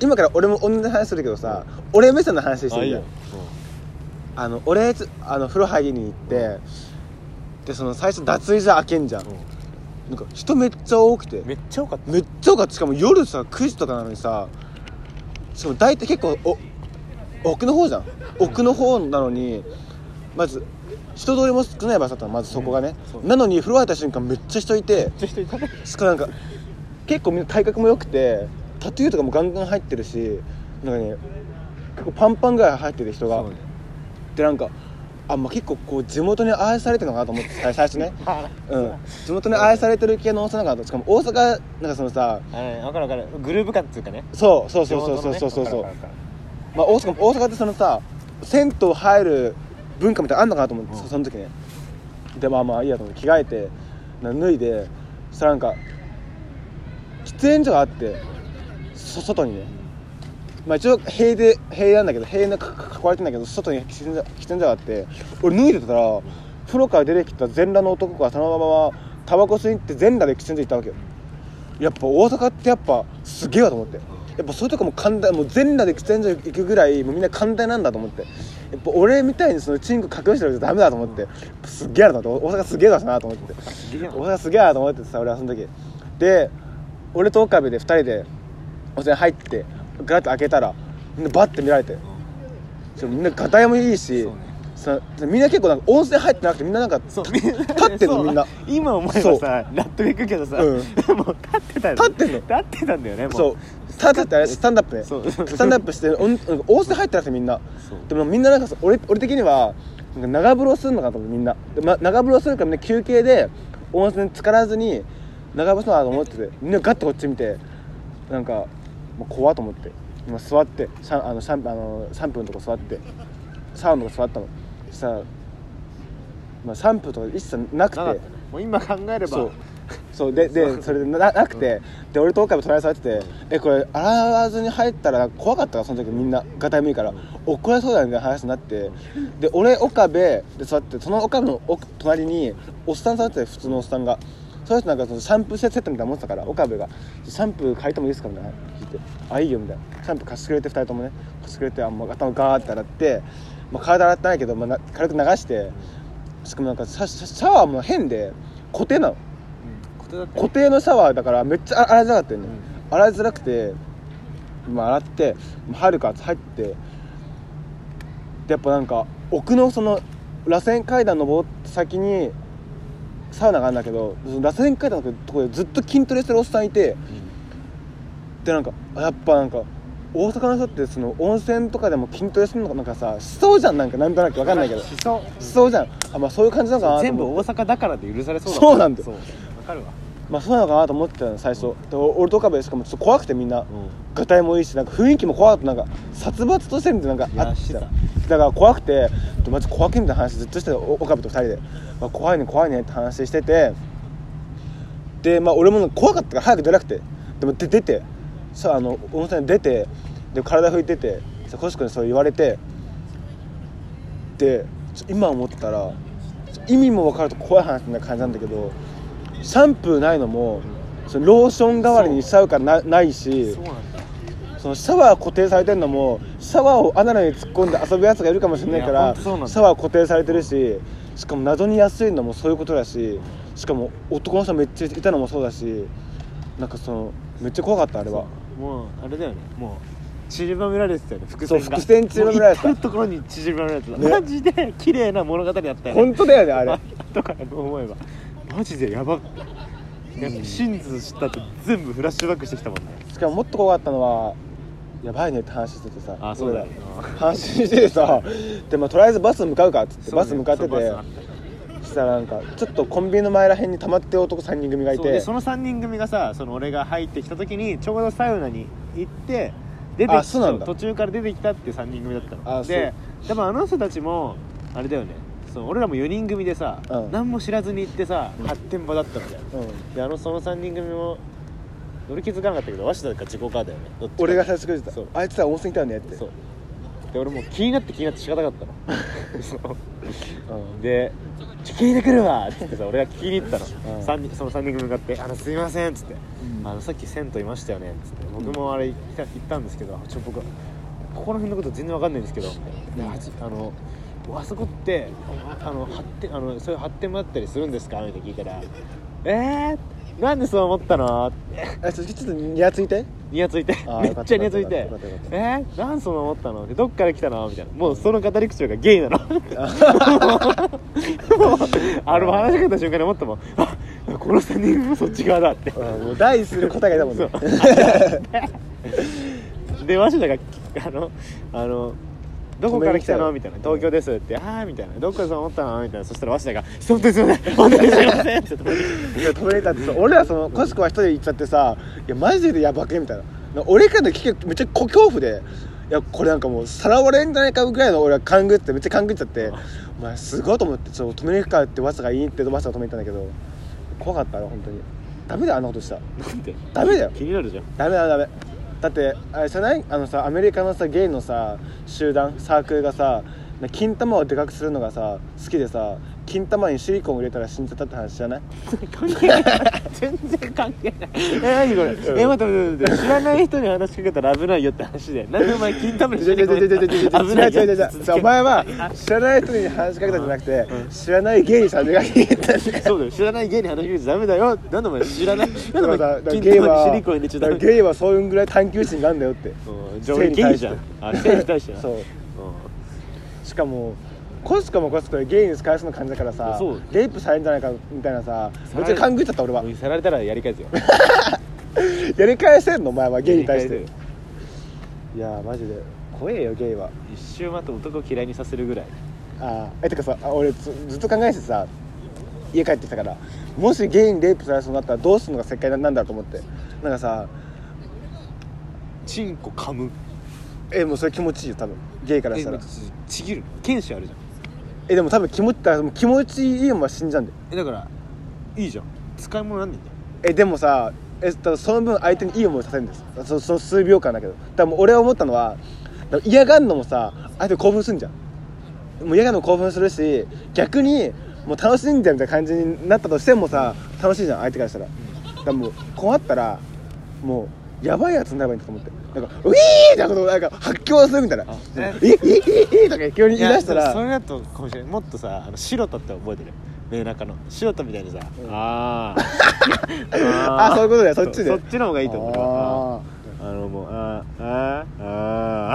[SPEAKER 1] 今から俺も同じ話するけどさ俺目線の話して
[SPEAKER 2] あ
[SPEAKER 1] み
[SPEAKER 2] いい
[SPEAKER 1] るよ
[SPEAKER 2] よ、
[SPEAKER 1] あの俺つあの風呂入りに行ってでその最初脱衣所開けんじゃんなんか人めっちゃ多くて
[SPEAKER 2] うんめっちゃ多かった
[SPEAKER 1] めっちゃ多かったしかも夜さ9時とかなのにさしかも大体結構お奥の方じゃん奥の方なのにまず人通りも少ない場所だったのまずそこがね、
[SPEAKER 2] そう
[SPEAKER 1] なのに風呂入った瞬間めっちゃ人いて
[SPEAKER 2] めっちゃ人いたね
[SPEAKER 1] しかもなんか結構みんな体格も良くてタトゥーとかもガンガン入ってるしなんかね結構パンパンぐらい入ってて人が、
[SPEAKER 2] そうね
[SPEAKER 1] でなんかあまあ結構こう地元に愛されてるのかなと思って 最最初ねうん地元に愛されてる系の大阪なのかなとしかも大阪なんかそのさ
[SPEAKER 2] あれ分かる分かるグルーヴ感っていうかね
[SPEAKER 1] そうそうそうそうそうそうそうそう、
[SPEAKER 2] 地元のねわかるわかるわかる
[SPEAKER 1] まあ、大阪大阪ってそのさ銭湯入る文化みたいなのあんのかなと思って、そその時ねでまあまあいいやと思って着替えてな脱いでそしたらなんか喫煙所があってそ外にねまあ一応塀で塀なんだけど塀のかか囲われてんだけど外に喫煙所喫煙所があって俺脱いでたら風呂から出てきた全裸の男がそのままタバコ吸いに行って全裸で喫煙所行ったわけよやっぱ大阪ってやっぱすげえわと思ってやっぱそういうとこも寛大もう全裸で喫煙所行くぐらいもうみんな寛大なんだと思ってやっぱ俺みたいにそのチンコ隠してるわけじゃダメだと思ってやっぱすっげえなと思って大阪すげえだしなと思って
[SPEAKER 2] げえな
[SPEAKER 1] 大阪すげえなと思っててさ俺はその時で俺と岡部で2人で温泉入ってガラッと開けたらみんなバッて見られてそれみんなガタイもいいし
[SPEAKER 2] そうね
[SPEAKER 1] さみんな結構なんか温泉入ってなくてみんななんか
[SPEAKER 2] そう
[SPEAKER 1] 立
[SPEAKER 2] みんな
[SPEAKER 1] ってんの
[SPEAKER 2] そう
[SPEAKER 1] みんな
[SPEAKER 2] 今思えばさ納得いくけどさ、
[SPEAKER 1] うん
[SPEAKER 2] もう立ってたよ
[SPEAKER 1] 立ってんの
[SPEAKER 2] 立ってたんだよねもう
[SPEAKER 1] そう立っててあれスタンダップね
[SPEAKER 2] そう
[SPEAKER 1] スタンダップしておんなんか温泉入ってなくてみんな
[SPEAKER 2] そう
[SPEAKER 1] でもみんななんかそう俺俺的にはなんか長風呂するのかなと思ってみんなで、ま、長風呂するからみんな休憩で温泉浸からずに長風呂するのかなと思っててみんなガッとこっち見てなんかもう怖っと思って今座ってシャンあのシャンあのシャンプーのとこ座ってシャワーのとこ座ったのそしたら、まあ、シャンプーとか一切なく
[SPEAKER 2] なかってたねもう今考えれば
[SPEAKER 1] そうそうででそれでな なくて、で俺と岡部取らされてて「えこれ洗わずに入ったら怖かったからその時みんながたいもいいから怒られそうだよ」みたいな話になってで俺岡部で座ってその岡部の奥隣におっさん座ってて普通のおっさんがその人なんかそのシャンプーセットみたいなの持ってたから岡部が「シャンプー借りてもいいですか?」みたいな聞いて「あいいよ」みたいなシャンプー貸してくれて2人ともね貸してくれてあもう頭ガーって洗って、まあ、体洗ってないけど、まあな、軽く流してしかもなんかシャシャシャワーも変で固定なの。
[SPEAKER 2] ことだった
[SPEAKER 1] 固定のシャワーだからめっちゃ洗いづらかったよね、洗いづらくて、まあ、洗って入るかって入ってでやっぱなんか奥のその螺旋階段登った先にサウナがあるんだけどその螺旋階段のところでずっと筋トレしてるおっさんいて、でなんかあやっぱなんか大阪の人ってその温泉とかでも筋トレするのかなんかさしそうじゃんなんかなんとなくわかんないけどし
[SPEAKER 2] しそう
[SPEAKER 1] そうじゃんあまあそういう感じなのかなと思って
[SPEAKER 2] 全部大阪だからで許されそうだ
[SPEAKER 1] そうなんだよ
[SPEAKER 2] わかるわ
[SPEAKER 1] まあそうなのかなと思ってたの最初、でお俺と岡部しかもちょっと怖くてみんながたいもいいしなんか雰囲気も怖くてなんか殺伐としてるんでなんか
[SPEAKER 2] いや
[SPEAKER 1] あって
[SPEAKER 2] して
[SPEAKER 1] た
[SPEAKER 2] た
[SPEAKER 1] だから怖くてでマジ怖くみたいな話ずっとしてたお岡部と二人で、まあ、怖いね怖いねって話しててでまあ俺も怖かったから早く出なくてでもで出てさあの温泉出てで体拭いててさコシ君にそう言われてでちょ今思ったらちょ意味も分かると怖い話みたいな感じなんだけどシャンプーないのもそのローション代わりにしちゃうからなないし
[SPEAKER 2] そうなんだ
[SPEAKER 1] そのシャワー固定されてるのもシャワーをアナルに突っ込んで遊ぶやつがいるかもしれないか
[SPEAKER 2] いやほ
[SPEAKER 1] ら
[SPEAKER 2] んと
[SPEAKER 1] シ
[SPEAKER 2] そうなんだ
[SPEAKER 1] ャワー固定されてるししかも謎に安いのもそういうことだししかも男の人めっちゃいたのもそうだしなんかそのめっちゃ怖かったあれは
[SPEAKER 2] もうあれだよねもう散りばめられてたよね伏
[SPEAKER 1] そう
[SPEAKER 2] 線が
[SPEAKER 1] 伏線散りばめられてた
[SPEAKER 2] もう至るところに散りばめられてた、
[SPEAKER 1] ね
[SPEAKER 2] マジで綺麗な物語だったよね
[SPEAKER 1] 本当だよねあれ
[SPEAKER 2] とからの思えばマジでやばやっぱ真実知ったって全部フラッシュバックしてきたもんね
[SPEAKER 1] しかももっと怖かったのはやばいねって話しててさ
[SPEAKER 2] あそうだよね
[SPEAKER 1] 俺ら話しててさで、まあ、とりあえずバス向かうかっつって、
[SPEAKER 2] そうね
[SPEAKER 1] バス向かって
[SPEAKER 2] そう
[SPEAKER 1] て
[SPEAKER 2] バス
[SPEAKER 1] したらなんかちょっとコンビニの前らへんに溜まってる男3人組がい
[SPEAKER 2] そうで
[SPEAKER 1] て
[SPEAKER 2] その3人組がさその俺が入ってきた時にちょうどサウナに行って出て
[SPEAKER 1] あそうなんだ
[SPEAKER 2] 途中から出てきたって3人組だったの
[SPEAKER 1] あ
[SPEAKER 2] ででもあの人たちもあれだよねその俺らも4人組でさ、
[SPEAKER 1] うん
[SPEAKER 2] 何も知らずに行ってさ発展場だったのじゃん
[SPEAKER 1] うん、
[SPEAKER 2] であのその3人組も俺気づかなかったけど鷲田か自己カーだよねどっちか
[SPEAKER 1] 俺が最初から言って
[SPEAKER 2] そ
[SPEAKER 1] た
[SPEAKER 2] う
[SPEAKER 1] あいつら温泉行ったよねって
[SPEAKER 2] そうで俺もう気になって気になって仕方なかっ たのそう
[SPEAKER 1] うん
[SPEAKER 2] で「ちょ聞いてくるわ」っつってさ俺が聞きに行ったの、
[SPEAKER 1] うん
[SPEAKER 2] 三人その3人組向かって「あのすいません」っつって、
[SPEAKER 1] うん
[SPEAKER 2] あの「さっき銭湯いましたよね」っつって僕もあれ行った行ったんですけどちょ僕ここら辺のこと全然わかんないんですけど、
[SPEAKER 1] ん
[SPEAKER 2] あじあのあそこってあの発展あのそういう発展もあったりするんですか?」みたいな聞いたら「えー、なんでそう思ったの?」って
[SPEAKER 1] あちょちょっとニヤついて
[SPEAKER 2] ニヤついて
[SPEAKER 1] あー
[SPEAKER 2] めっちゃニヤつい
[SPEAKER 1] よ
[SPEAKER 2] て
[SPEAKER 1] かったよかっ
[SPEAKER 2] 「
[SPEAKER 1] た
[SPEAKER 2] えー、なんでそう思ったの?」どっから来たの?」みたいなもうその語り口調がゲ イなのあれも話しかけた瞬間に思ったもんあこの3人組もそっち側だって
[SPEAKER 1] うんもう大する答えがいたもんね
[SPEAKER 2] で鷲田があのあのどこから来た
[SPEAKER 1] 止め
[SPEAKER 2] の
[SPEAKER 1] に
[SPEAKER 2] み
[SPEAKER 1] 来
[SPEAKER 2] た
[SPEAKER 1] たよ
[SPEAKER 2] いな「東京です」って「ああ」みたいな「どっからそう思ったの?」みたいなそしたら鷲田が「本当にすいません本当にすいません」って言って
[SPEAKER 1] いや止めれたってさ俺らそのコシコは一人で行っちゃってさ「いやマジでやばけ」みたいな俺からの聞けめっちゃ恐怖でいやこれなんかもうさらわれんじゃないかぐらいの俺は勘ぐってめっちゃ勘ぐっちゃってお前すごいと思ってちょっと止めに行くかってわざが言いに行ってわざが止めに行ったんだけど怖かったな本当にダメだよあんなことしたら
[SPEAKER 2] なんて
[SPEAKER 1] ダメだよ
[SPEAKER 2] 気になるじゃん
[SPEAKER 1] ダメだダメだってあれじゃないあのさアメリカのさゲイのさ集団サークルがさ金玉をでかくするのがさ好きでさ金玉にシリコンを入れたら死んじゃったって話知ら ない
[SPEAKER 2] 関係ない全然関係ないえ何これえ待って待って待って知らない人に話しかけたら危ないよって話でなんでお前金玉に
[SPEAKER 1] 違う
[SPEAKER 2] し
[SPEAKER 1] 違
[SPEAKER 2] て
[SPEAKER 1] う違う違う違う違う
[SPEAKER 2] 危ないよ
[SPEAKER 1] 違う違う違うお前は知らない人に話しかけたんじゃなくて知らない芸人さんにかけたんだよ
[SPEAKER 2] そうだよ知らない芸に話しかけちゃダメだよなんでお前知らないなんで
[SPEAKER 1] だか
[SPEAKER 2] お
[SPEAKER 1] ら
[SPEAKER 2] 前
[SPEAKER 1] だから
[SPEAKER 2] 金
[SPEAKER 1] ゲイ
[SPEAKER 2] 玉にシ
[SPEAKER 1] は
[SPEAKER 2] リコン入れちゃダメ
[SPEAKER 1] だからゲイはそういうぐらい探求心があるんだよって
[SPEAKER 2] うんじゃあ俺ゲイじゃんあ性に対してな
[SPEAKER 1] そう
[SPEAKER 2] う
[SPEAKER 1] しかもコスコもコスコでゲイに使わすの感じだからさ
[SPEAKER 2] そう
[SPEAKER 1] レイプされるんじゃないかみたいなさ
[SPEAKER 2] さ
[SPEAKER 1] め
[SPEAKER 2] れ
[SPEAKER 1] っ
[SPEAKER 2] る
[SPEAKER 1] ちゃ勘ぐっちゃった俺は
[SPEAKER 2] んさられたらやり返すよ
[SPEAKER 1] やり返せんのお前はゲイに対し
[SPEAKER 2] や
[SPEAKER 1] て
[SPEAKER 2] り返せ
[SPEAKER 1] いやーマジで怖えよゲイは
[SPEAKER 2] る一周待って男を嫌いにさせるぐらい
[SPEAKER 1] あーえてかさあ俺ずずっと考えててさ家帰ってきたからもしゲイにレイプされそうになったらどうするのが正解なんだろうと思ってなんかさ
[SPEAKER 2] チンコ噛む
[SPEAKER 1] えもうそれ気持ちいいよ多分ゲイからしたら
[SPEAKER 2] えちぎる剣士あるじゃん
[SPEAKER 1] えでも多分気持ちだからもう気持ちいいもんは死んじゃうんだよ
[SPEAKER 2] えだからいいじゃん使い物なんでいいんだよ
[SPEAKER 1] えでもさえただその分相手にいい思いさせるんですそその数秒間だけどだからもう俺は思ったのはだから嫌がるのもさ相手興奮するんじゃんもう嫌がるのも興奮するし逆にもう楽しんじゃうみたいな感じになったとしてもさ楽しいじゃん相手からしたらだからもう困ったらもうやばいやつになればいいんだと思ってなんか「ウィー!」ってことなんか発狂するみたいな
[SPEAKER 2] あ
[SPEAKER 1] 「
[SPEAKER 2] ね
[SPEAKER 1] ええええとか急に言い出した
[SPEAKER 2] やでも
[SPEAKER 1] ら
[SPEAKER 2] それだとかもしれないもっとさあの白田って覚えてるね中の白田みたいにさ、あー あ
[SPEAKER 1] あそういうことだよそっちで
[SPEAKER 2] そっちの方がいいと思う俺は
[SPEAKER 1] あー
[SPEAKER 2] あのもうあーあ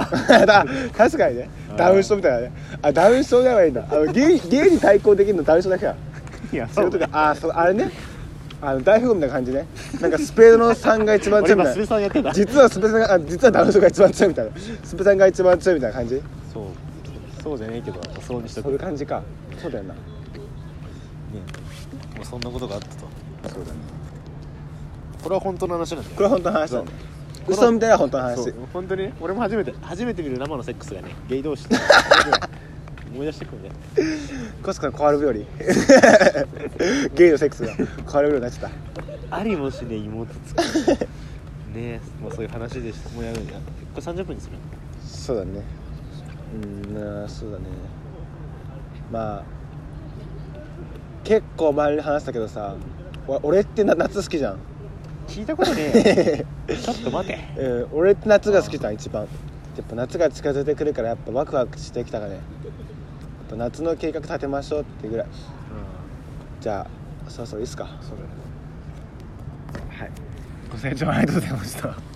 [SPEAKER 2] ーあー
[SPEAKER 1] だ確かにねダウン症みたいなねあダウン症じゃないんだあのゲイゲイに対抗できるのダウン症だけだ
[SPEAKER 2] いや
[SPEAKER 1] そういうこと
[SPEAKER 2] だ
[SPEAKER 1] であそうあれねあの大富豪みたいな感じねなんかスペードの3が一番
[SPEAKER 2] 俺
[SPEAKER 1] 強いみ
[SPEAKER 2] 今
[SPEAKER 1] た
[SPEAKER 2] すべ
[SPEAKER 1] い
[SPEAKER 2] さんやってた
[SPEAKER 1] な実はスペさんがあ実はダウン症が一番強いみたいなスペさんが一番強いみたいな感じ
[SPEAKER 2] そうそうじゃねえけどそうにし
[SPEAKER 1] そ
[SPEAKER 2] とく
[SPEAKER 1] ういう
[SPEAKER 2] ね
[SPEAKER 1] 感じかそうだよな
[SPEAKER 2] もうそんなことがあったとそうだねこれは本当の話なんだよ
[SPEAKER 1] これ本当の話だね
[SPEAKER 2] そう
[SPEAKER 1] 嘘みたいな本当の
[SPEAKER 2] そ
[SPEAKER 1] 話
[SPEAKER 2] う本当にね俺も初めて初めて見る生のセックスがねゲ イ同士思い出してくるね
[SPEAKER 1] コスコの変わるよりゲイのセックスが変わるようになっちゃっ
[SPEAKER 2] ありもしね妹つく ねえもうそういう話でしたもうやるんだこれ30分にする
[SPEAKER 1] たそうだねうんそうだねまあ結構前に話したけどさ俺俺ってな夏好きじゃん、
[SPEAKER 2] 聞いたことねえ よちょっと待て
[SPEAKER 1] えー俺って夏が好きじゃん一番やっぱ夏が近づいてくるからやっぱワクワクしてきたからねやっぱ夏の計画立てましょうってぐらいじゃあそろそろいいっすか
[SPEAKER 2] そうだね
[SPEAKER 1] ご清聴ありがとうございました